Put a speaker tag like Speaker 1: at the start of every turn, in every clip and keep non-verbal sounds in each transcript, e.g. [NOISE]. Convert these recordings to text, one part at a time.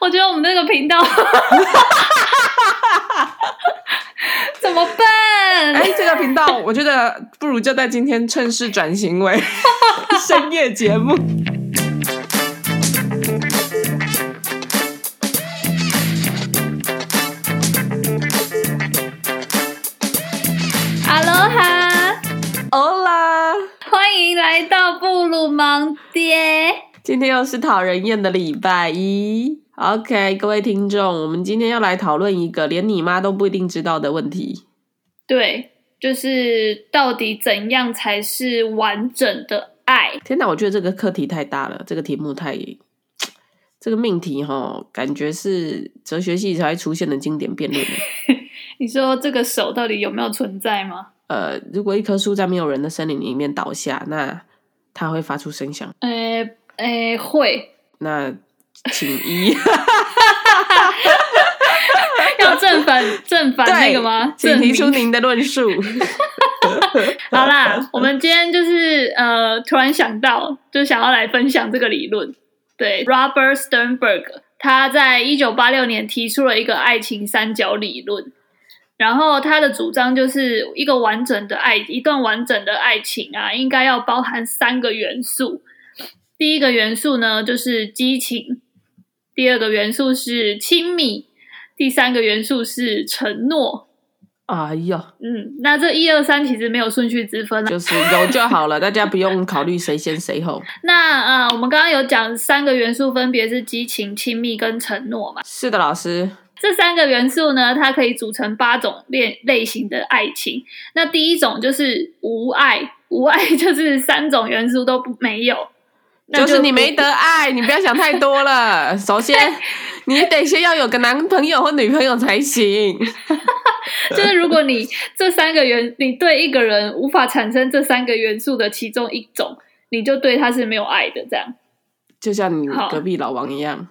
Speaker 1: 我觉得我们那个频道怎么办？
Speaker 2: [LAUGHS] 哎，这个频道，我觉得不如就在今天趁势转型为深夜节目。
Speaker 1: 哈喽哈，
Speaker 2: 欧啦，
Speaker 1: 欢迎来到布鲁芒爹。
Speaker 2: 今天又是讨人厌的礼拜一。OK，各位听众，我们今天要来讨论一个连你妈都不一定知道的问题。
Speaker 1: 对，就是到底怎样才是完整的爱？
Speaker 2: 天哪，我觉得这个课题太大了，这个题目太……这个命题哈，感觉是哲学系才会出现的经典辩论。
Speaker 1: 你说这个手到底有没有存在吗？
Speaker 2: 呃，如果一棵树在没有人的森林里面倒下，那它会发出声响。
Speaker 1: 诶诶，会 [LAUGHS]
Speaker 2: 那请一
Speaker 1: 要正反正反那个吗？
Speaker 2: 请
Speaker 1: 正
Speaker 2: 提
Speaker 1: 名
Speaker 2: 出您的论述。
Speaker 1: [LAUGHS] 好啦，我们今天就是呃，突然想到，就想要来分享这个理论。对，Robert Sternberg，他在一九八六年提出了一个爱情三角理论。然后他的主张就是一个完整的爱，一段完整的爱情啊，应该要包含三个元素。第一个元素呢，就是激情；第二个元素是亲密；第三个元素是承诺。
Speaker 2: [LAUGHS] 哎呦，
Speaker 1: 嗯，那这一二三其实没有顺序之分啊，
Speaker 2: 就是有就好了，大家不用考虑谁先谁后。
Speaker 1: 那呃，我们刚刚有讲三个元素，分别是激情、亲密跟承诺嘛。
Speaker 2: 是的，老师，
Speaker 1: 这三个元素呢，它可以组成八种类类型的爱情。那第一种就是无爱， [LAUGHS] 无爱就是三种元素都不没有，那
Speaker 2: 就是
Speaker 1: 不
Speaker 2: 你没得爱，你不要想太多 [LAUGHS] 了。首先，你得先要有个男朋友或女朋友才行。
Speaker 1: [LAUGHS] 就是如果你这三个元，你对一个人无法产生这三个元素的其中一种，你就对他是没有爱的。这样，
Speaker 2: 就像你
Speaker 1: 好
Speaker 2: 隔壁老王一样，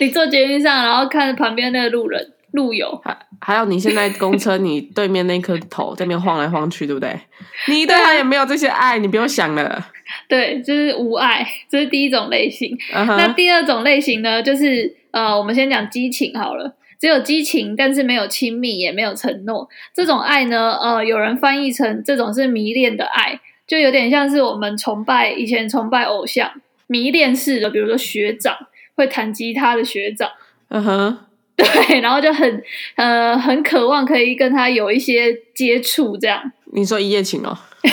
Speaker 1: 你坐捷运上，然后看旁边那个路人路友，
Speaker 2: 还还有你现在公车，你对面那颗头在那边晃来晃去，对不对？ [LAUGHS] 你对他也没有这些爱，你不用想了。
Speaker 1: 对，就是无爱，这是第一种类型。
Speaker 2: 嗯
Speaker 1: 那
Speaker 2: 哼，
Speaker 1: 第二种类型呢，就是呃，我们先讲激情好了。只有激情，但是没有亲密，也没有承诺。这种爱呢，呃，有人翻译成这种是迷恋的爱，就有点像是我们崇拜以前崇拜偶像迷恋式的，比如说学长会弹吉他的学长， [LAUGHS]
Speaker 2: 嗯哼。
Speaker 1: 对，然后就很呃很渴望可以跟他有一些接触，这样 [LAUGHS]
Speaker 2: 你说一夜情哦， [LAUGHS]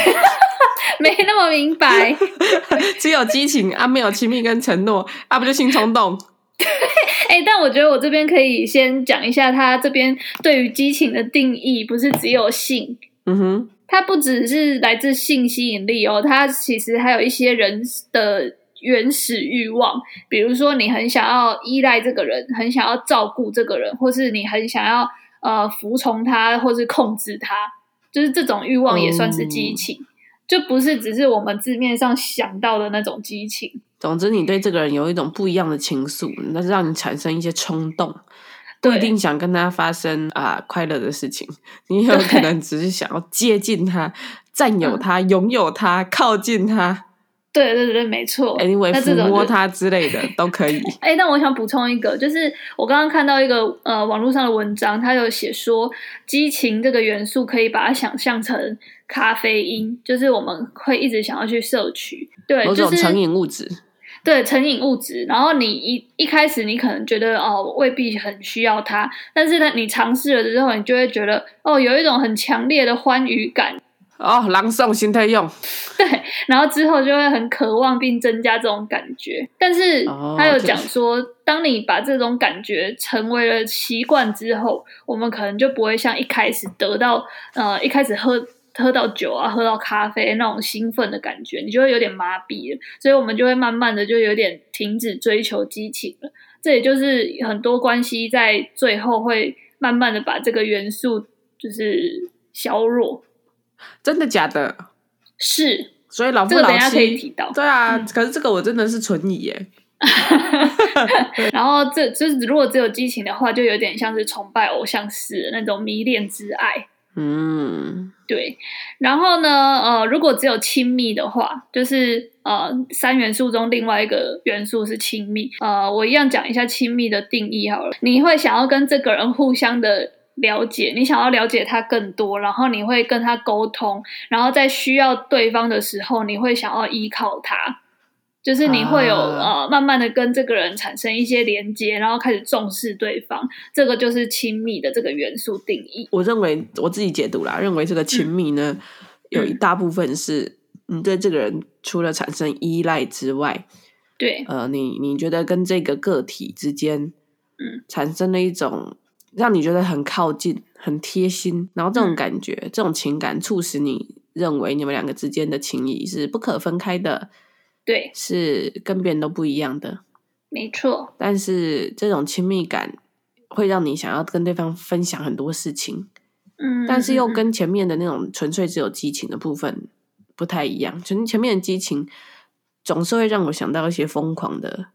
Speaker 1: 没那么明白。
Speaker 2: 只有激情啊，没有亲密跟承诺啊，不就性冲动？
Speaker 1: 哎、但我觉得我这边可以先讲一下，他这边对于激情的定义不是只有性，
Speaker 2: 嗯哼，
Speaker 1: 它不只是来自性吸引力哦，它其实还有一些人的原始欲望，比如说你很想要依赖这个人，很想要照顾这个人，或是你很想要呃服从他，或是控制他，就是这种欲望也算是激情。就不是只是我们字面上想到的那种激情，
Speaker 2: 总之你对这个人有一种不一样的情愫，那是让你产生一些冲动，不一定想跟他发生啊、快乐的事情，你有可能只是想要接近他、占有他、
Speaker 1: 嗯
Speaker 2: 拥有他、靠近他
Speaker 1: 对对对对，没错。
Speaker 2: ，anyway
Speaker 1: 那这种
Speaker 2: 抚
Speaker 1: 就
Speaker 2: 摸他之类的都可以。
Speaker 1: 哎，但我想补充一个，就是我刚刚看到一个呃网络上的文章，它有写说，激情这个元素可以把它想象成咖啡因，就是我们会一直想要去摄取， [LAUGHS] 对，
Speaker 2: 某
Speaker 1: 就
Speaker 2: 种
Speaker 1: 是
Speaker 2: 成瘾物质，
Speaker 1: 对成瘾物质。然后你一一开始你可能觉得哦未必很需要它，但是呢你尝试了之后，你就会觉得哦有一种很强烈的欢愉感，
Speaker 2: 哦，朗诵心态用，
Speaker 1: 然后之后就会很渴望并增加这种感觉。但是
Speaker 2: 哦
Speaker 1: 他有讲说，当你把这种感觉成为了习惯之后，我们可能就不会像一开始得到呃一开始喝。喝到酒啊，喝到咖啡那种兴奋的感觉，你就会有点麻痹了，所以我们就会慢慢的就有点停止追求激情了。这也就是很多关系在最后会慢慢的把这个元素就是削弱，
Speaker 2: 真的假的？
Speaker 1: 是
Speaker 2: 所以老夫
Speaker 1: 这个等
Speaker 2: 老
Speaker 1: 一下可以
Speaker 2: 妻，
Speaker 1: 提嗯到。
Speaker 2: 对啊，可是这个我真的是存疑耶。
Speaker 1: 然后这就是如果只有激情的话，就有点像是崇拜偶像式的那种迷恋之爱。
Speaker 2: 嗯，
Speaker 1: 对，然后呢，呃，如果只有亲密的话，就是呃，三元素中另外一个元素是亲密。呃，我一样讲一下亲密的定义好了。你会想要跟这个人互相的了解，你想要了解他更多，然后你会跟他沟通，然后在需要对方的时候，你会想要依靠他。就是你会有、
Speaker 2: 啊
Speaker 1: 呃，慢慢的跟这个人产生一些连接，然后开始重视对方，这个就是亲密的这个元素定义。
Speaker 2: 我认为我自己解读啦，认为这个亲密呢，
Speaker 1: 嗯
Speaker 2: 有一大部分是你对这个人除了产生依赖之外，
Speaker 1: 对，
Speaker 2: 呃，你你觉得跟这个个体之间，
Speaker 1: 嗯，
Speaker 2: 产生了一种让你觉得很靠近、很贴心，然后这种
Speaker 1: 嗯
Speaker 2: 感觉、这种情感促使你认为你们两个之间的情谊是不可分开的，
Speaker 1: 对，
Speaker 2: 是跟别人都不一样的。
Speaker 1: 没错，
Speaker 2: 但是这种亲密感会让你想要跟对方分享很多事情，
Speaker 1: 嗯，
Speaker 2: 但是又
Speaker 1: 嗯嗯
Speaker 2: 跟前面的那种纯粹只有激情的部分不太一样。前前面的激情总是会让我想到一些疯狂的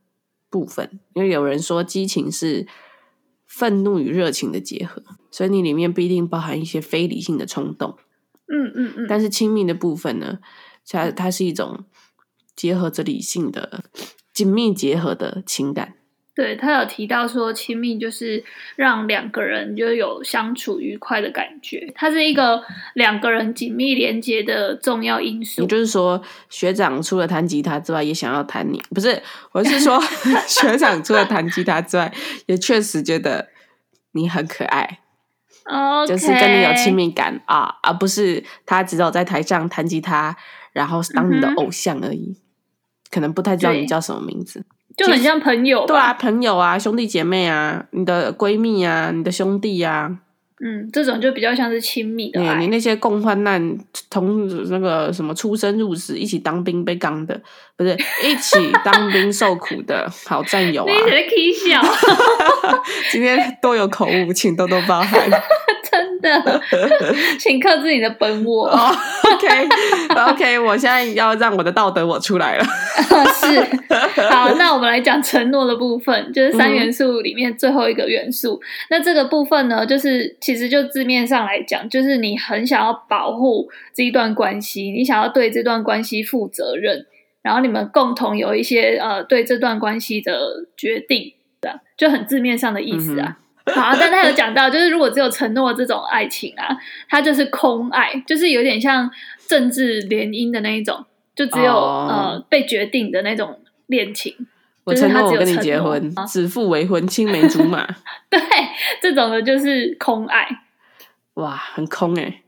Speaker 2: 部分，因为有人说激情是愤怒与热情的结合，所以你里面必定包含一些非理性的冲动。
Speaker 1: 嗯嗯嗯，
Speaker 2: 但是亲密的部分呢，它它是一种结合着理性的紧密结合的情感。
Speaker 1: 对他有提到说，亲密就是让两个人就有相处愉快的感觉，它是一个两个人紧密连接的重要因素
Speaker 2: 也。就是说，学长除了弹吉他之外，也想要弹你，不是？我是说， [LAUGHS] 学长除了弹吉他之外，也确实觉得你很可爱
Speaker 1: 哦 OK，
Speaker 2: 就是跟你有亲。密感啊，而不是他只有在台上弹吉他，然后当你的
Speaker 1: 嗯哼
Speaker 2: 偶像而已。可能不太知道你
Speaker 1: 对
Speaker 2: 叫什么名字，
Speaker 1: 就很像朋友吧，
Speaker 2: 对啊，朋友啊，兄弟姐妹啊，你的闺蜜啊，你的兄弟啊，
Speaker 1: 嗯，这种就比较像是亲密的
Speaker 2: 你
Speaker 1: 爱
Speaker 2: 你，那些共患难，同那个什么出生入死，一起当兵被刚的，不是一起当兵受苦的 [LAUGHS] 好战友
Speaker 1: 那
Speaker 2: 啊！
Speaker 1: 你在 k 笑， [LAUGHS]
Speaker 2: 今天多有口误，请多多包
Speaker 1: [LAUGHS]
Speaker 2: 涵。
Speaker 1: 真
Speaker 2: [LAUGHS]
Speaker 1: 的，请克制你的本我。
Speaker 2: 哦 [LAUGHS] OK OK，我现在要让我的道德我出来了。
Speaker 1: 是，好，那我们来讲承诺的部分，就是三元素里面最后一个元素。那这个部分呢，就是其实就字面上来讲，就是你很想要保护这一段关系，你想要对这段关系负责任，然后你们共同有一些呃对这段关系的决定，这样就很字面上的意思啊。好，但他有讲到，就是如果只有承诺这种爱情啊，它就是空爱，就是有点像政治联姻的那一种，就只有、
Speaker 2: 哦
Speaker 1: 呃被决定的那种恋情。 [LAUGHS] [LAUGHS]
Speaker 2: 我
Speaker 1: 就是
Speaker 2: 承
Speaker 1: 他
Speaker 2: 诺我
Speaker 1: 只有
Speaker 2: 跟你
Speaker 1: 承
Speaker 2: 结
Speaker 1: 诺
Speaker 2: 婚
Speaker 1: 啊，
Speaker 2: 指腹为婚，青梅竹马， [LAUGHS]
Speaker 1: 对，这种的就是空爱。
Speaker 2: 哇，很空哎、欸。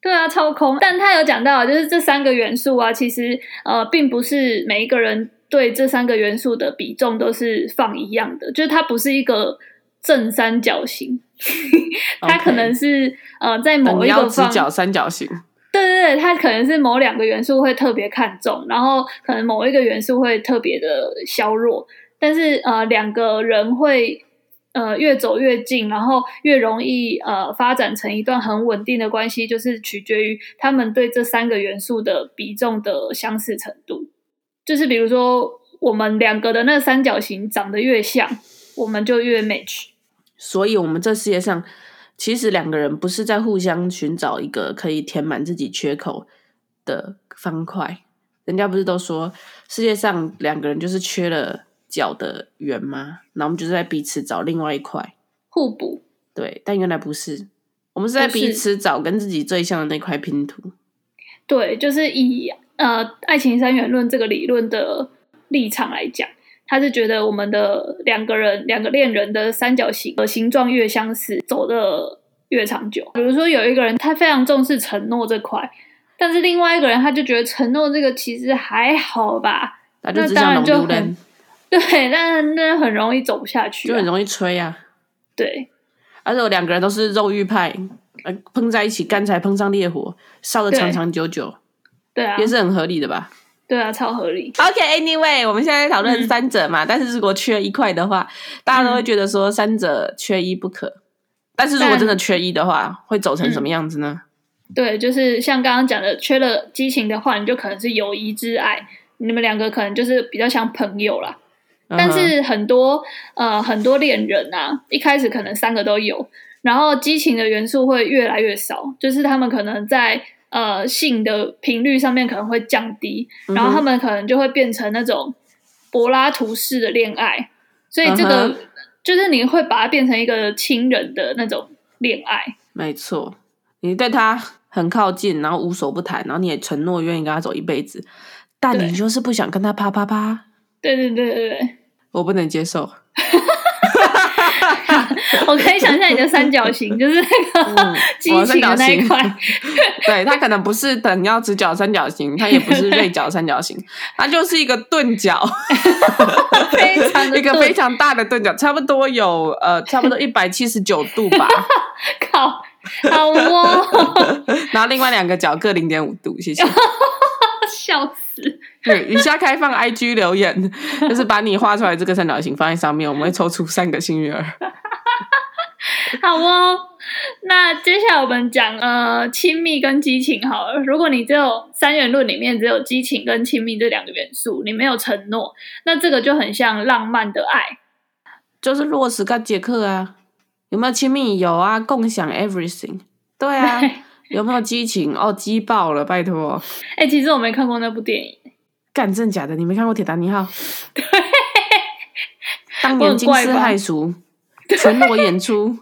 Speaker 1: 对啊，超空。但他有讲到，啊就是这三个元素啊，其实呃，并不是每一个人对这三个元素的比重都是放一样的，就是它不是一个正三角形， [LAUGHS] 它
Speaker 2: OK
Speaker 1: 可能是呃在某
Speaker 2: 等
Speaker 1: 一
Speaker 2: 腰
Speaker 1: 个
Speaker 2: 直
Speaker 1: 方
Speaker 2: 角三角形，
Speaker 1: 对对对，它可能是某两个元素会特别看重，然后可能某一个元素会特别的削弱，但是呃，两个人会呃越走越近，然后越容易呃发展成一段很稳定的关系，就是取决于他们对这三个元素的比重的相似程度。就是比如说，我们两个的那三角形长得越像，我们就越 match。
Speaker 2: 所以，我们这世界上其实两个人不是在互相寻找一个可以填满自己缺口的方块。人家不是都说世界上两个人就是缺了角的圆吗？那我们就是在彼此找另外一块。
Speaker 1: 互补，
Speaker 2: 对，但原来不是，我们是在
Speaker 1: 不是
Speaker 2: 彼此找跟自己最像的那块拼图。
Speaker 1: 对，就是以呃爱情三元论这个理论的立场来讲，他是觉得我们的两个人、两个恋人的三角形的形状越相似，走的越长久。比如说有一个人他非常重视承诺这块，但是另外一个人他就觉得承诺这个其实还好吧， [LAUGHS]
Speaker 2: 那就
Speaker 1: 那
Speaker 2: 只
Speaker 1: 当
Speaker 2: 想
Speaker 1: 然
Speaker 2: 龙
Speaker 1: 就
Speaker 2: 溜
Speaker 1: 很
Speaker 2: 人，
Speaker 1: 对，但那很容易走不下去
Speaker 2: 就很
Speaker 1: 啊、
Speaker 2: 容易吹啊。
Speaker 1: 对，
Speaker 2: 而且我两个人都是肉欲派，呃，碰在一起干柴碰上烈火，烧的
Speaker 1: 对
Speaker 2: 长长久久，
Speaker 1: 对啊
Speaker 2: 也，是很合理的吧？
Speaker 1: 对啊，超合理。
Speaker 2: OK，Anyway，、我们现在讨论
Speaker 1: 嗯
Speaker 2: 三者嘛，但是如果缺一块的话，大家都会觉得说三者缺一不可。但是如果
Speaker 1: 但
Speaker 2: 真的缺一的话，会走成什么样子呢？
Speaker 1: 对，就是像刚刚讲的，缺了激情的话，你就可能是友谊之爱，你们两个可能就是比较像朋友啦。但
Speaker 2: 嗯哼
Speaker 1: 是很多呃很多恋人啊，一开始可能三个都有，然后激情的元素会越来越少，就是他们可能在呃性的频率上面可能会降低，
Speaker 2: 嗯哼
Speaker 1: 然后他们可能就会变成那种柏拉图式的恋爱，所以这个、
Speaker 2: 嗯哼
Speaker 1: 就是你会把它变成一个亲人的那种恋爱，
Speaker 2: 没错，你对他很靠近，然后无所不谈，然后你也承诺愿意跟他走一辈子，但
Speaker 1: 对
Speaker 2: 你就是不想跟他啪啪啪，
Speaker 1: 对对对对对。
Speaker 2: 我不能接受。
Speaker 1: 我可以想象你的三角形，就是那个 [LAUGHS] 激
Speaker 2: 我
Speaker 1: 情
Speaker 2: 的嗯三角
Speaker 1: 的那一
Speaker 2: 形 [LAUGHS]
Speaker 1: 块，
Speaker 2: 对他可能不是等腰直角三角形，他也不是锐角三角形，他就是一个钝角，
Speaker 1: 非常的
Speaker 2: 一个非常大的钝角，差不多有 [LAUGHS] 呃差不多一百七十九度 [LAUGHS] 吧，
Speaker 1: 靠，好哦，
Speaker 2: 然后另外两个角各零点五度，谢谢。
Speaker 1: 笑死！
Speaker 2: 对，以下开放 IG 留言，就是把你画出来这个三角形放在上面，我们会抽出三个幸运儿。
Speaker 1: 好哦，那接下来我们讲呃亲密跟激情好了。如果你只有三元论里面只有激情跟亲密这两个元素，你没有承诺，那这个就很像浪漫的爱。
Speaker 2: [LAUGHS] 就是落实跟杰克啊，有没有亲密？有啊，共享 everything。对 [LAUGHS] 啊，有没有激情？哦，激爆了，拜托！
Speaker 1: 哎、其实我没看过那部电影，
Speaker 2: 干真假的，你没看过《铁达尼 [LAUGHS] 号》？当
Speaker 1: 我
Speaker 2: 年
Speaker 1: 很
Speaker 2: 惊
Speaker 1: 怪
Speaker 2: 世
Speaker 1: 吧
Speaker 2: 骇俗，全裸演出，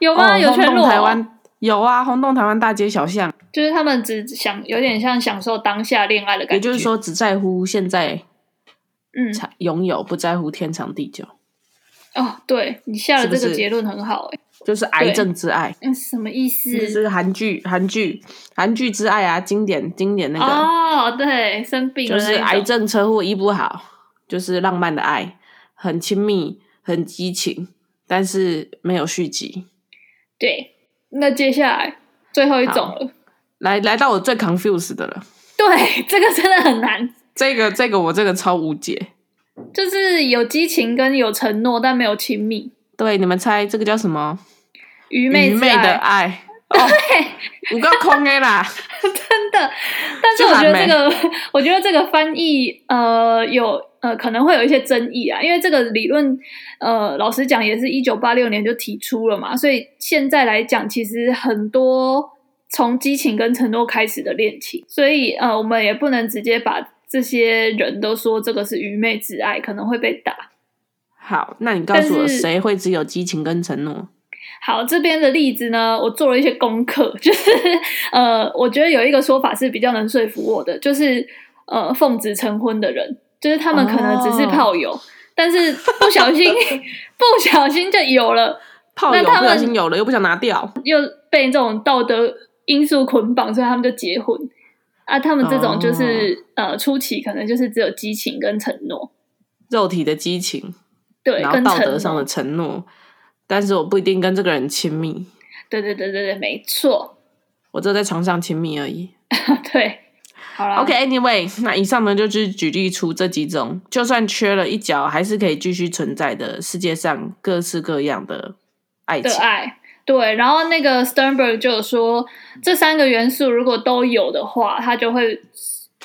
Speaker 1: 有
Speaker 2: 有
Speaker 1: 吗？有
Speaker 2: 哦轰
Speaker 1: 全
Speaker 2: 动
Speaker 1: 裸，
Speaker 2: 台湾有啊，轰动台湾大街小巷。
Speaker 1: 就是他们只想有点像享受当下恋爱的感觉。
Speaker 2: 也就是，说，只在乎现在
Speaker 1: 嗯，
Speaker 2: 才拥有，不在乎天长地久，
Speaker 1: 哦，对你下了
Speaker 2: 是不
Speaker 1: 这个
Speaker 2: 是
Speaker 1: 结论很好、哎，
Speaker 2: 就是癌症之爱。
Speaker 1: 嗯，什么意思？
Speaker 2: 就是韩剧，韩剧，韩剧之爱啊，经典经典那个。
Speaker 1: 哦，对，生病了
Speaker 2: 就是
Speaker 1: 那一
Speaker 2: 癌
Speaker 1: 种，
Speaker 2: 症、车祸医不好，就是浪漫的爱，很亲密，很激情，但是没有续集。
Speaker 1: 对。那接下来最后一种了，
Speaker 2: 来来到我最 confused 的了，
Speaker 1: 对，这个真的很难，
Speaker 2: 这个这个我这个超无解。
Speaker 1: 就是有激情跟有承诺，但没有亲密。
Speaker 2: 对，你们猜这个叫什么？
Speaker 1: 愚
Speaker 2: 愚
Speaker 1: 昧之
Speaker 2: 昧的
Speaker 1: 爱，
Speaker 2: 爱。哦，
Speaker 1: [LAUGHS]
Speaker 2: 五个空 A 啦，
Speaker 1: 真的。但是
Speaker 2: 这
Speaker 1: 我觉得
Speaker 2: 很
Speaker 1: 这个，我觉得这个翻译，呃，有呃，可能会有一些争议啊，因为这个理论，呃，老实讲，也是一九八六年就提出了嘛，所以现在来讲，其实很多从激情跟承诺开始的恋情，所以呃，我们也不能直接把这些人都说这个是愚昧之爱，可能会被打。
Speaker 2: 好，那你告诉我
Speaker 1: 但是
Speaker 2: 谁会只有激情跟承诺？
Speaker 1: 好，这边的例子呢，我做了一些功课，就是呃，我觉得有一个说法是比较能说服我的，就是呃，奉子成婚的人，就是他们可能只是
Speaker 2: 哦
Speaker 1: 炮友，但是不小
Speaker 2: [LAUGHS]
Speaker 1: 心不小心就有了，
Speaker 2: 炮友
Speaker 1: 那他
Speaker 2: 不
Speaker 1: 们
Speaker 2: 小心有了，又不想拿掉，
Speaker 1: 又被这种道德因素捆绑，所以他们就结婚。啊，他们这种
Speaker 2: 哦
Speaker 1: 就是、呃初期可能就是只有激情跟承诺，
Speaker 2: 肉体的激情，
Speaker 1: 对，
Speaker 2: 然后
Speaker 1: 跟
Speaker 2: 道
Speaker 1: 承
Speaker 2: 德上
Speaker 1: 诺
Speaker 2: 的承诺，但是我不一定跟这个人亲密。
Speaker 1: 对对对对对，没错， [LAUGHS]
Speaker 2: 我只有在床上亲密而已。
Speaker 1: 对，好啦
Speaker 2: OK，Anyway，、那以上呢就是举例出这几种，就算缺了一角，还是可以继续存在的世界上各式各样的爱
Speaker 1: 的
Speaker 2: 情。
Speaker 1: 爱。对，然后那个 Sternberg 就有说，这三个元素如果都有的话，它就会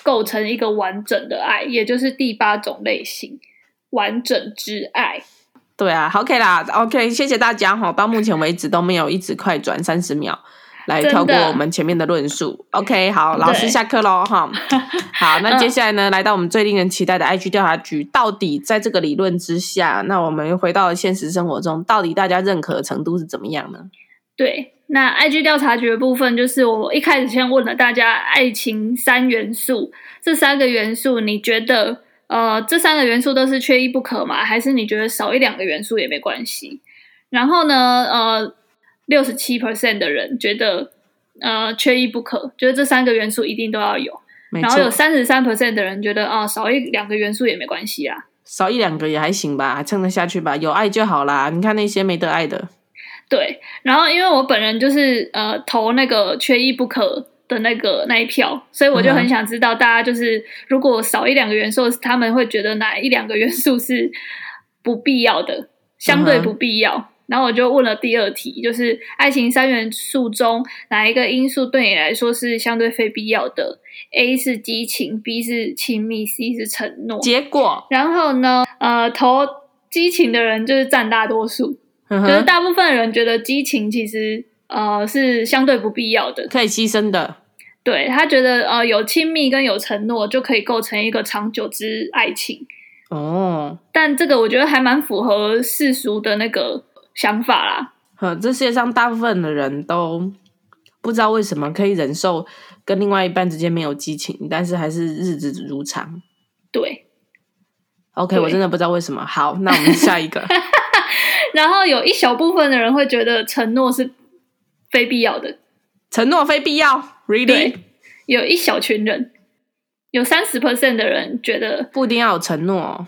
Speaker 1: 构成一个完整的爱，也就是第八种类型——完整之爱。
Speaker 2: 对啊，OK 啦，OK，谢谢大家哈，到目前为止都没有一直快转三十秒来
Speaker 1: 真的
Speaker 2: 跳过我们前面的论述。OK，好，老师
Speaker 1: 对嗯
Speaker 2: 下课喽
Speaker 1: [LAUGHS]
Speaker 2: 哈。好，那接下来呢，来到我们最令人期待的 IG 调查局，到底在这个理论之下，那我们又回到了现实生活中，到底大家认可的程度是怎么样呢？
Speaker 1: 对，那 IG 调查局的部分，就是我一开始先问了大家爱情三元素，这三个元素你觉得呃这三个元素都是缺一不可吗？还是你觉得少一两个元素也没关系？然后呢，呃，六十七 percent 的人觉得呃缺一不可，觉得这三个元素一定都要有。
Speaker 2: 没
Speaker 1: 然
Speaker 2: 错
Speaker 1: 后有三十三 percent 的人觉得啊、少一两个元素也没关系啊。
Speaker 2: 少一两个也还行吧，撑得下去吧，有爱就好啦。你看那些没得爱的，
Speaker 1: 对，然后因为我本人就是呃投那个缺一不可的那个那一票，所以我就
Speaker 2: 嗯
Speaker 1: 很
Speaker 2: 哼
Speaker 1: 想知道大家就是如果少一两个元素，他们会觉得哪一两个元素是不必要的，相对
Speaker 2: 嗯哼
Speaker 1: 不必要。然后我就问了第二题，就是爱情三元素中哪一个因素对你来说是相对非必要的？A 是激情，B 是亲密，C 是承诺。
Speaker 2: 结果
Speaker 1: 然后呢，呃，投激情的人就是占大多数，
Speaker 2: 嗯
Speaker 1: 就是
Speaker 2: 哼，
Speaker 1: 大部分人觉得激情其实呃是相对不必要的，
Speaker 2: 可以牺牲的。
Speaker 1: 对他觉得呃有亲密跟有承诺就可以构成一个长久之爱情，
Speaker 2: 哦，
Speaker 1: 但这个我觉得还蛮符合世俗的那个想法啦。
Speaker 2: 呵，这世界上大部分的人都不知道为什么可以忍受跟另外一半之间没有激情，但是还是日子如常。
Speaker 1: 对，
Speaker 2: OK，
Speaker 1: 对
Speaker 2: 我真的不知道为什么。好，那我们下
Speaker 1: [LAUGHS]
Speaker 2: 一个。
Speaker 1: 然后有一小部分的人会觉得承诺是非必要的，
Speaker 2: 承诺非必要，really
Speaker 1: 对有一小群人，有三十 percent 的人觉得，
Speaker 2: 不一定要有承诺哦、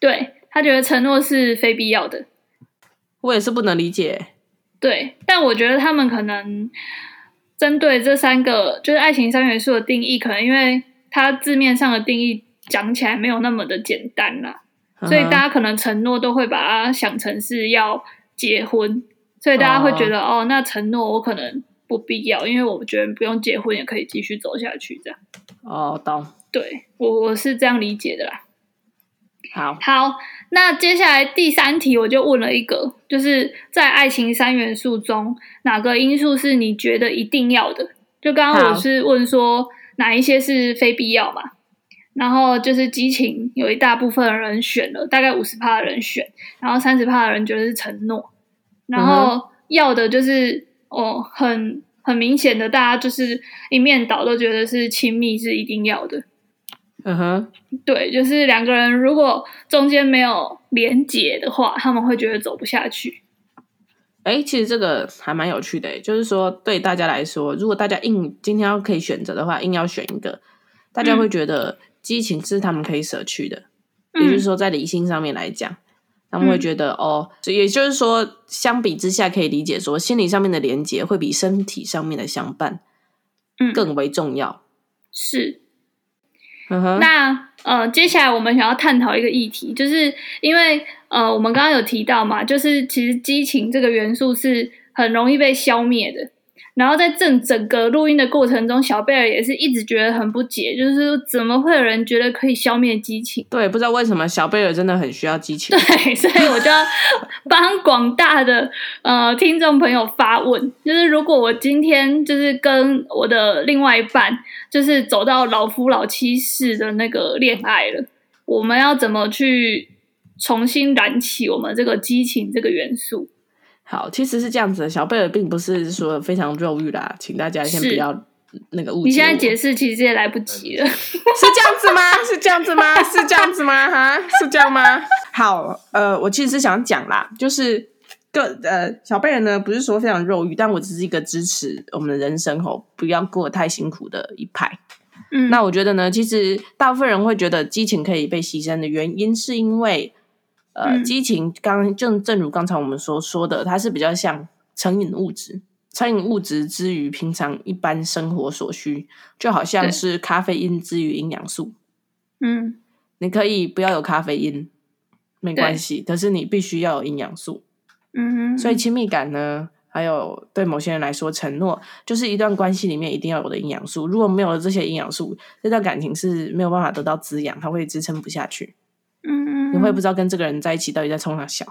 Speaker 1: 对他觉得承诺是非必要的，
Speaker 2: 我也是不能理解。
Speaker 1: 对，但我觉得他们可能针对这三个，就是爱情三元素的定义，可能因为它字面上的定义讲起来没有那么的简单啦，所以大
Speaker 2: 家
Speaker 1: 家可能承诺都会把它想成是要结婚，所以大家会觉得哦那承诺我可能不必要，因为我觉得不用结婚也可以继续走下去，这样。
Speaker 2: 哦懂
Speaker 1: 对我我是这样理解的啦。
Speaker 2: 好，
Speaker 1: 好，那接下来第三题我就问了一个，就是在爱情三元素中，哪个因素是你觉得一定要的？就刚刚我
Speaker 2: 好
Speaker 1: 是问说哪一些是非必要嘛，然后就是激情，有一大部分人选了，大概五十趴的人选，然后三十趴的人觉得是承诺，然后要的就是哦，很很明显的，大家就是一面倒都觉得是亲密是一定要的，
Speaker 2: 嗯哼，
Speaker 1: 对，就是两个人如果中间没有连结的话，他们会觉得走不下去。
Speaker 2: 哎、其实这个还蛮有趣的、欸就是说对大家来说，如果大家硬今天要可以选择的话，硬要选一个，大家
Speaker 1: 嗯
Speaker 2: 会觉得激情是他们可以舍去的，也就是
Speaker 1: 嗯，
Speaker 2: 说在理性上面来讲。他们会
Speaker 1: 嗯
Speaker 2: 觉得、哦，也就是说，相比之下可以理解说，心理上面的连接会比身体上面的相伴
Speaker 1: 嗯
Speaker 2: 更为重要。
Speaker 1: 是。
Speaker 2: 嗯哼，
Speaker 1: 那呃，接下来我们想要探讨一个议题，就是因为呃，我们刚刚有提到嘛，就是其实激情这个元素是很容易被消灭的。然后在整整个录音的过程中，小贝尔也是一直觉得很不解，就是怎么会有人觉得可以消灭激情？
Speaker 2: 对，不知道为什么小贝尔真的很需要激情。
Speaker 1: 对，所以我就要帮广大的呃听众朋友发问，就是如果我今天就是跟我的另外一半，就是走到老夫老妻式的那个恋爱了，我们要怎么去重新燃起我们这个激情这个元素？
Speaker 2: 好，其实是这样子的，小贝尔并不是说非常肉欲啦，请大家先
Speaker 1: 是
Speaker 2: 不要那个误解。
Speaker 1: 你现在解释其实也来不及了。
Speaker 2: 是这样子 [LAUGHS] 吗？是这样子吗？是这样子吗？哈，是这样吗？好，呃，我其实是想讲啦，就是个呃，小贝人呢不是说非常肉欲，但我只是一个支持我们的人生吼，不要过得太辛苦的一派。
Speaker 1: 嗯，
Speaker 2: 那我觉得呢，其实大部分人会觉得激情可以被牺牲的原因，是因为呃，
Speaker 1: 嗯
Speaker 2: 激情刚正正如刚才我们所说的，它是比较像成瘾物质。成瘾物质之于平常一般生活所需，就好像
Speaker 1: 对
Speaker 2: 是咖啡因之于营养素。
Speaker 1: 嗯
Speaker 2: 你可以不要有咖啡因，没关系，可是你必须要有营养素。
Speaker 1: 嗯，
Speaker 2: 所以亲密感呢，还有对某些人来说，承诺就是一段关系里面一定要有的营养素。如果没有了这些营养素，这段感情是没有办法得到滋养，它会支撑不下去。
Speaker 1: 嗯
Speaker 2: 你会不知道跟这个人在一起到底在冲啥笑。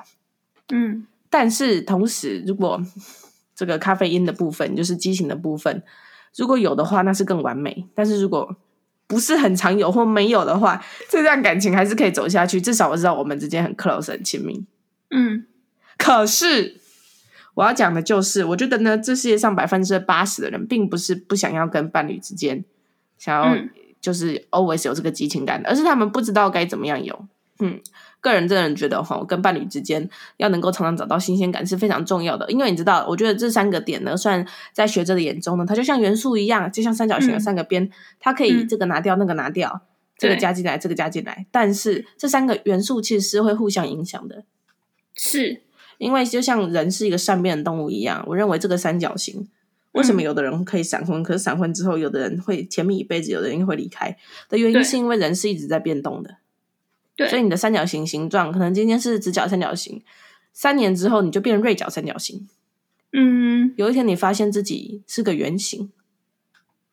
Speaker 1: 嗯
Speaker 2: 但是同时，如果 [LAUGHS] 这个咖啡因的部分，就是激情的部分，如果有的话，那是更完美。但是如果不是很常有或没有的话，这段感情还是可以走下去。至少我知道我们之间很 close 很亲密。
Speaker 1: 嗯
Speaker 2: 可是我要讲的就是，我觉得呢，这世界上百分之八十的人并不是不想要跟伴侣之间想要
Speaker 1: 嗯
Speaker 2: 就是 always 有这个激情感的，而是他们不知道该怎么样有。嗯，个人真的觉得哈，跟伴侣之间要能够常常找到新鲜感是非常重要的，因为你知道，我觉得这三个点呢，虽然在学者的眼中呢，它就像元素一样，就像三角形的
Speaker 1: 嗯
Speaker 2: 三个边，它可以
Speaker 1: 嗯
Speaker 2: 这个拿掉，那个拿掉，这个
Speaker 1: 对
Speaker 2: 加进来，这个加进来，但是这三个元素其实是会互相影响的。
Speaker 1: 是
Speaker 2: 因为就像人是一个善变的动物一样，我认为这个三角形，
Speaker 1: 嗯
Speaker 2: 为什么有的人可以闪婚，可是闪婚之后，有的人会甜蜜一辈子，有的人会离开的原因，
Speaker 1: 对
Speaker 2: 是因为人是一直在变动的。
Speaker 1: 对
Speaker 2: 所以你的三角形形状，可能今天是直角三角形，三年之后你就变成锐角三角形，
Speaker 1: 嗯
Speaker 2: 有一天你发现自己是个圆形，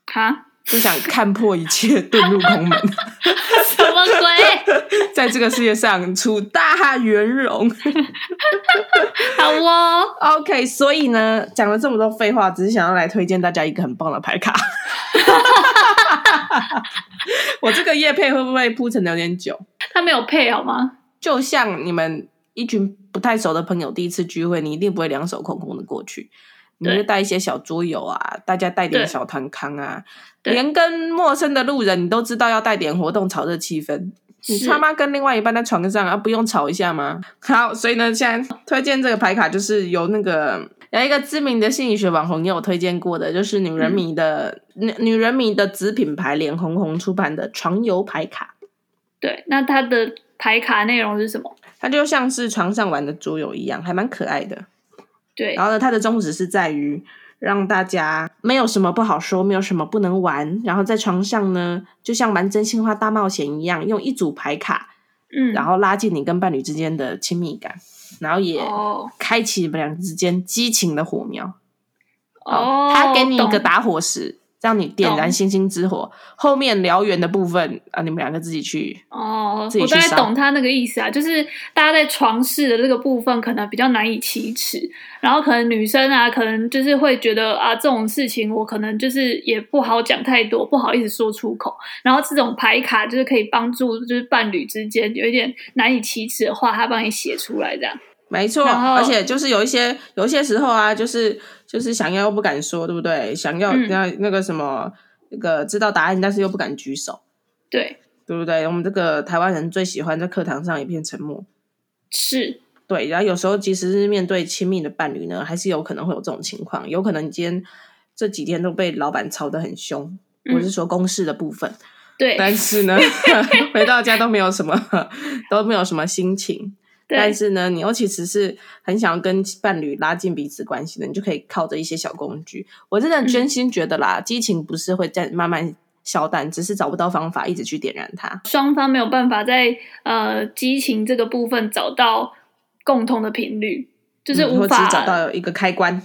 Speaker 1: 哈
Speaker 2: 就想看破一切，遁入空门， [LAUGHS]
Speaker 1: 什么鬼？
Speaker 2: 在这个世界上处大圆融。
Speaker 1: 好哦，
Speaker 2: OK，所以呢，讲了这么多废话，只是想要来推荐大家一个很棒的牌卡。 [LAUGHS] 我这个叶配会不会铺陈的有点久？
Speaker 1: 他没有配好吗？
Speaker 2: 就像你们一群不太熟的朋友第一次聚会，你一定不会两手空空的过去，你
Speaker 1: 对
Speaker 2: 会带一些小桌游啊，大家带点
Speaker 1: 对
Speaker 2: 小团康啊，
Speaker 1: 对
Speaker 2: 连跟陌生的路人你都知道要带点活动炒热气氛。你
Speaker 1: 是
Speaker 2: 他妈跟另外一半在床上啊，不用吵一下吗？好，所以呢，现在推荐这个牌卡就是由那个有一个知名的心理学网红也有推荐过的，就是女人迷的、女女人迷的子品牌脸红红出版的床游牌卡。
Speaker 1: 对，那他的牌卡内容是什么？
Speaker 2: 它就像是床上玩的桌游一样，还蛮可爱的。
Speaker 1: 对
Speaker 2: 然后呢，它的宗旨是在于让大家没有什么不好说，没有什么不能玩。然后在床上呢，就像玩真心话大冒险一样，用一组牌卡，
Speaker 1: 嗯，
Speaker 2: 然后拉近你跟伴侣之间的亲密感，然后也
Speaker 1: 哦
Speaker 2: 开启你们俩之间激情的火苗。
Speaker 1: 哦，
Speaker 2: 他给你一个
Speaker 1: 懂
Speaker 2: 打火石，让你点燃
Speaker 1: 懂
Speaker 2: 星星之火。后面燎原的部分啊，你们两个自己去
Speaker 1: 哦，
Speaker 2: 自己
Speaker 1: 我
Speaker 2: 去
Speaker 1: 大概
Speaker 2: 烧
Speaker 1: 懂他那个意思啊，就是大家在床事的这个部分可能比较难以启齿，然后可能女生啊，可能就是会觉得啊，这种事情我可能就是也不好讲太多，不好意思说出口。然后这种牌卡就是可以帮助，就是伴侣之间有一点难以启齿的话，他帮你写出来这样。
Speaker 2: 没错，
Speaker 1: 然后
Speaker 2: 而且就是有一些有一些时候啊，就是就是想要又不敢说，对不对？想要
Speaker 1: 嗯
Speaker 2: 那、那个什么，那个知道答案，但是又不敢举手，
Speaker 1: 对，
Speaker 2: 对不对？我们这个台湾人最喜欢在课堂上一片沉默。
Speaker 1: 是，
Speaker 2: 对，然后有时候即使是面对亲密的伴侣呢，还是有可能会有这种情况，有可能你今天这几天都被老板吵得很凶，
Speaker 1: 嗯
Speaker 2: 我是说公事的部分，
Speaker 1: 对，
Speaker 2: 但是呢， [LAUGHS] 回到家都没有什么都没有什么心情，但
Speaker 1: 对，
Speaker 2: 是呢，你又其实是很想要跟伴侣拉近彼此关系的，你就可以靠着一些小工具。我
Speaker 1: 嗯
Speaker 2: 真的真心觉得啦，激情不是会在慢慢消淡，只是找不到方法一直去点燃它。
Speaker 1: 双方没有办法在呃激情这个部分找到共同的频率，就是
Speaker 2: 嗯或
Speaker 1: 无
Speaker 2: 者是
Speaker 1: 法、
Speaker 2: 找到一个开关。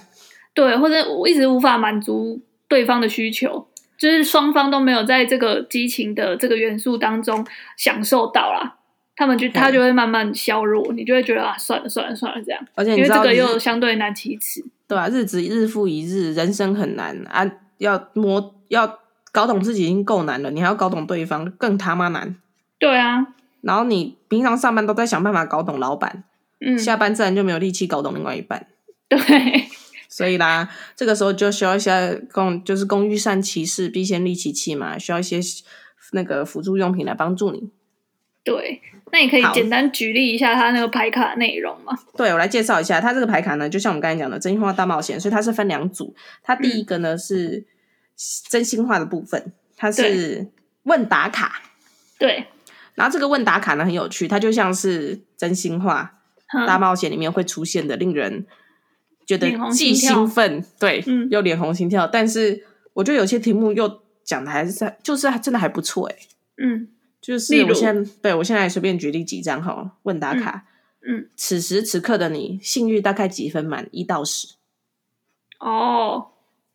Speaker 1: 对，或者我一直无法满足对方的需求，就是双方都没有在这个激情的这个元素当中享受到啦。他们就他就会慢慢削弱，你就会觉得啊，算了算了算了这样，
Speaker 2: 而且
Speaker 1: 因
Speaker 2: 你
Speaker 1: 为
Speaker 2: 知
Speaker 1: 这
Speaker 2: 道
Speaker 1: 个
Speaker 2: 日，
Speaker 1: 又相对难启齿。
Speaker 2: 对啊，日子日复一日，人生很难啊，要摸要搞懂自己已经够难了，你还要搞懂对方，更他妈难。
Speaker 1: 对啊，
Speaker 2: 然后你平常上班都在想办法搞懂老板，
Speaker 1: 嗯，
Speaker 2: 下班自然就没有力气搞懂另外一半。
Speaker 1: 对，
Speaker 2: 所以啦，这个时候就需要一些工，就是工欲善其事，必先利其器嘛，需要一些那个辅助用品来帮助你。
Speaker 1: 对。那你可以
Speaker 2: 好
Speaker 1: 简单举例一下它那个牌卡内容吗？
Speaker 2: 对我来介绍一下，它这个牌卡呢，就像我们刚才讲的真心话大冒险，所以它是分两组。它第一个呢、是真心话的部分，它是问答卡，
Speaker 1: 对，
Speaker 2: 然后这个问答卡呢很有趣，它就像是真心话大
Speaker 1: 嗯，
Speaker 2: 冒险里面会出现的，令人觉得
Speaker 1: 脸红
Speaker 2: 既
Speaker 1: 心跳
Speaker 2: 兴奋，对，
Speaker 1: 嗯
Speaker 2: 又脸红心跳。但是我觉得有些题目又讲的还是就是真的还不错哎、
Speaker 1: 嗯
Speaker 2: 就是
Speaker 1: 例如
Speaker 2: 我现在对我现在随便举例几张哈，问答卡。
Speaker 1: 嗯，
Speaker 2: 此时此刻的你，性欲大概几分满？一到十。
Speaker 1: 哦，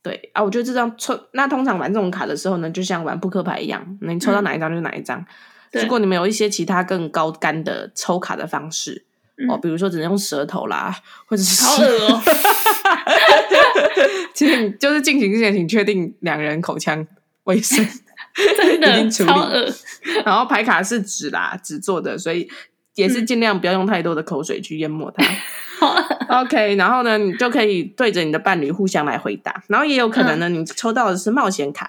Speaker 2: 对啊，我觉得这张抽，那通常玩这种卡的时候呢，就像玩扑克牌一样，那你抽到哪一张就是哪一张。
Speaker 1: 嗯对
Speaker 2: 如果你们有一些其他更高干的抽卡的方式，
Speaker 1: 嗯
Speaker 2: 哦，比如说只能用舌头啦，或者是
Speaker 1: 好恶
Speaker 2: [LAUGHS]
Speaker 1: 哦
Speaker 2: 其实你就是进行之前，请确定两人口腔
Speaker 1: [LAUGHS]
Speaker 2: 卫生，
Speaker 1: 真
Speaker 2: [LAUGHS] 已
Speaker 1: 的
Speaker 2: 经处理
Speaker 1: 超恶， [LAUGHS]
Speaker 2: 然后牌卡是纸啦，纸做的，所以也是尽量不要用太多的口水去淹没它。
Speaker 1: [LAUGHS] 好恶，
Speaker 2: OK，然后呢，你就可以对着你的伴侣互相来回答，然后也有可能呢，你抽到的是冒险卡，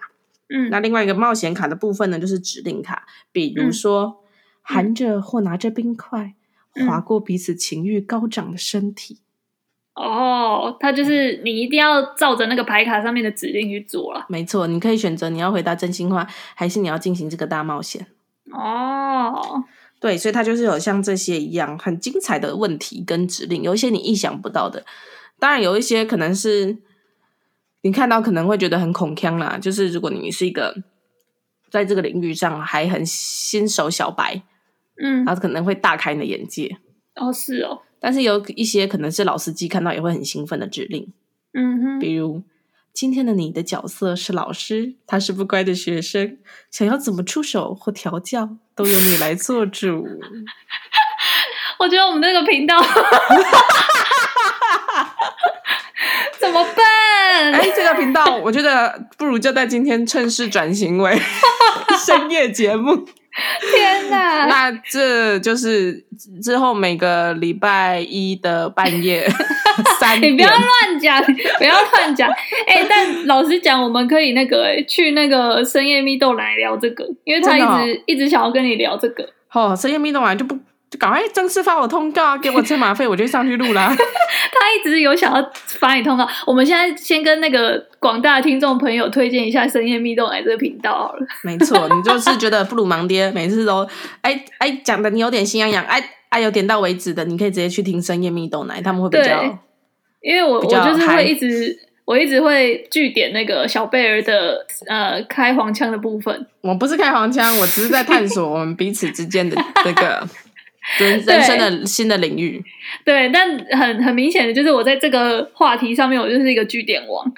Speaker 1: 嗯
Speaker 2: 那另外一个冒险卡的部分呢，就是指令卡，比如说、含着或拿着冰块，
Speaker 1: 嗯
Speaker 2: 划过彼此情欲高涨的身体。
Speaker 1: 哦，它就是你一定要照着那个牌卡上面的指令去做了。
Speaker 2: 没错，你可以选择你要回答真心话，还是你要进行这个大冒险。
Speaker 1: 哦，
Speaker 2: 对，所以它就是有像这些一样很精彩的问题跟指令，有一些你意想不到的，当然有一些可能是你看到可能会觉得很恐腔啦，就是如果你是一个在这个领域上还很新手小白，
Speaker 1: 嗯，
Speaker 2: 它可能会大开你的眼界。
Speaker 1: 哦是哦，
Speaker 2: 但是有一些可能是老司机看到也会很兴奋的指令，
Speaker 1: 嗯哼，
Speaker 2: 比如
Speaker 3: 今天的你的角色是老师，他是不乖的学生，想要怎么出手或调教，都由你来做主。
Speaker 1: 我觉得我们这个频
Speaker 2: [LAUGHS]
Speaker 1: 道怎么办？
Speaker 2: [LAUGHS] 哎，这个频道我觉得不如就在今天趁势转
Speaker 1: [LAUGHS]
Speaker 2: 型为深夜节目。
Speaker 1: 天哪！
Speaker 2: 那这就是之后每个礼拜一的半
Speaker 1: [LAUGHS]
Speaker 2: 夜三
Speaker 1: 你
Speaker 2: 点，
Speaker 1: 哎不要乱讲， [LAUGHS] 不要乱讲。哎、但老实讲，我们可以那个、哎去那个深夜蜜豆来聊这个，因为他一
Speaker 2: 真的哦
Speaker 1: 直、一直想要跟你聊这个。
Speaker 2: 哦，深夜密动完就不就赶快正式发我通告，给我车马费，我就上去
Speaker 1: [LAUGHS]
Speaker 2: 录啦。
Speaker 1: 他一直有想要发你通告。我们现在先跟那个广大的听众朋友推荐一下深夜蜜豆来这个频道好了。
Speaker 2: 没错，你就是觉得布鲁盲爹每次都哎哎讲的你有点心痒痒，哎哎有点到为止的，你可以直接去听深夜蜜豆奶，他们会比较
Speaker 1: 对因为我我
Speaker 2: 比较
Speaker 1: 就是
Speaker 2: 嗨
Speaker 1: 会一直我一直会据点那个小贝儿的呃开黄腔的部分，
Speaker 2: 我不是开黄腔，我只是在探索我们彼此之间的这个人人生的新的领域。
Speaker 1: [LAUGHS] 对，但很很明显的就是我在这个话题上面我就是一个据点王。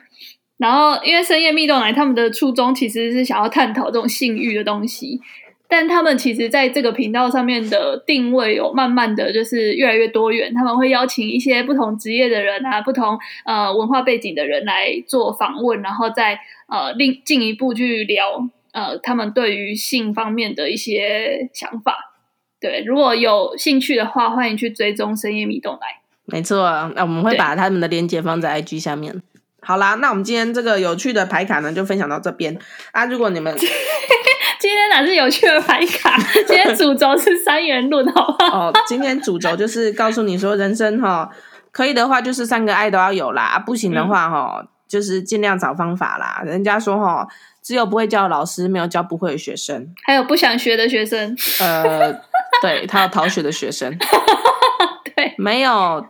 Speaker 1: 然后因为深夜蜜豆奶他们的初衷其实是想要探讨这种性欲的东西。但他们其实在这个频道上面的定位有慢慢的就是越来越多元，他们会邀请一些不同职业的人啊，不同呃文化背景的人来做访问，然后再呃另进一步去聊呃他们对于性方面的一些想法。对，如果有兴趣的话，欢迎去追踪深夜米动来。
Speaker 2: 没错，那我们会
Speaker 1: 对
Speaker 2: 把他们的链接放在 IG 下面。好啦，那我们今天这个有趣的牌卡呢，就分享到这边啊。如果你们
Speaker 1: 今天哪是有趣的牌卡？今天主轴是三元论，好不好？
Speaker 2: 哦，今天主轴就是告诉你说，人生哈、可以的话就是三个爱都要有啦，啊不行的话哈、就是尽量找方法啦。人家说哈、只有不会教的老师，没有教不会的学生。
Speaker 1: 还有不想学的学生，
Speaker 2: 呃，对他有逃学的学 [LAUGHS] 生，
Speaker 1: 对，
Speaker 2: 没有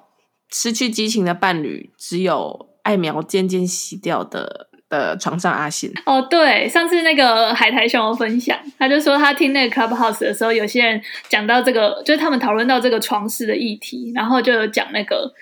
Speaker 2: 失去激情的伴侣，只有爱苗渐渐洗掉的的床上阿信。
Speaker 1: 哦，对，上次那个海苔熊有分享，他就说他听那个 Clubhouse 的时候，有些人讲到这个，就是他们讨论到这个床事的议题，然后就有讲那个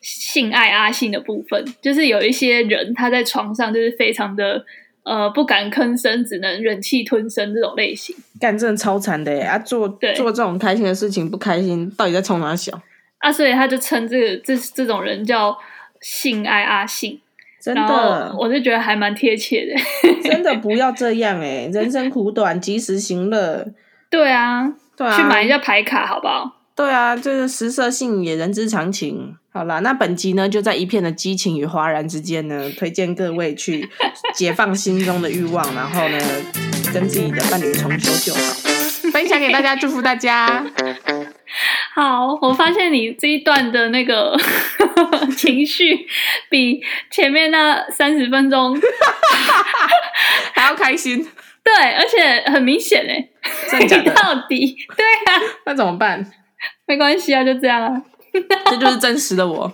Speaker 1: 性爱阿信的部分，就是有一些人他在床上就是非常的呃不敢吭声，只能忍气吞声这种类型。
Speaker 2: 干真的超惨的耶！啊，做
Speaker 1: 对
Speaker 2: 做这种开心的事情不开心，到底在冲哪小？
Speaker 1: 啊，所以他就称这个这这种人叫性爱阿信，
Speaker 2: 真
Speaker 1: 然
Speaker 2: 的
Speaker 1: 后，我是觉得还蛮贴切的。
Speaker 2: 真的不要这样哎！人生苦短，及时行乐。
Speaker 1: 对啊，
Speaker 2: 对啊，
Speaker 1: 去买一下牌卡好不好？
Speaker 2: 对啊，这个食色性也，人之常情。好啦，那本集呢，就在一片的激情与哗然之间呢，推荐各位 [LAUGHS] 去解放心中的欲望，然后呢，跟自己的伴侣重修就好。分享给大家，祝福大 [LAUGHS] 家。
Speaker 1: 好，我发现你这一段的那个 [LAUGHS] 情绪比前面那三十分钟 [LAUGHS]
Speaker 2: 还要开心，
Speaker 1: 对，而且很明显哎，
Speaker 2: 真的假
Speaker 1: 黑
Speaker 2: [LAUGHS]
Speaker 1: [LAUGHS]
Speaker 2: 的？
Speaker 1: 到底对啊，
Speaker 2: 那怎么办？
Speaker 1: 没关系啊，就这样啊。
Speaker 2: 这就是真实的我。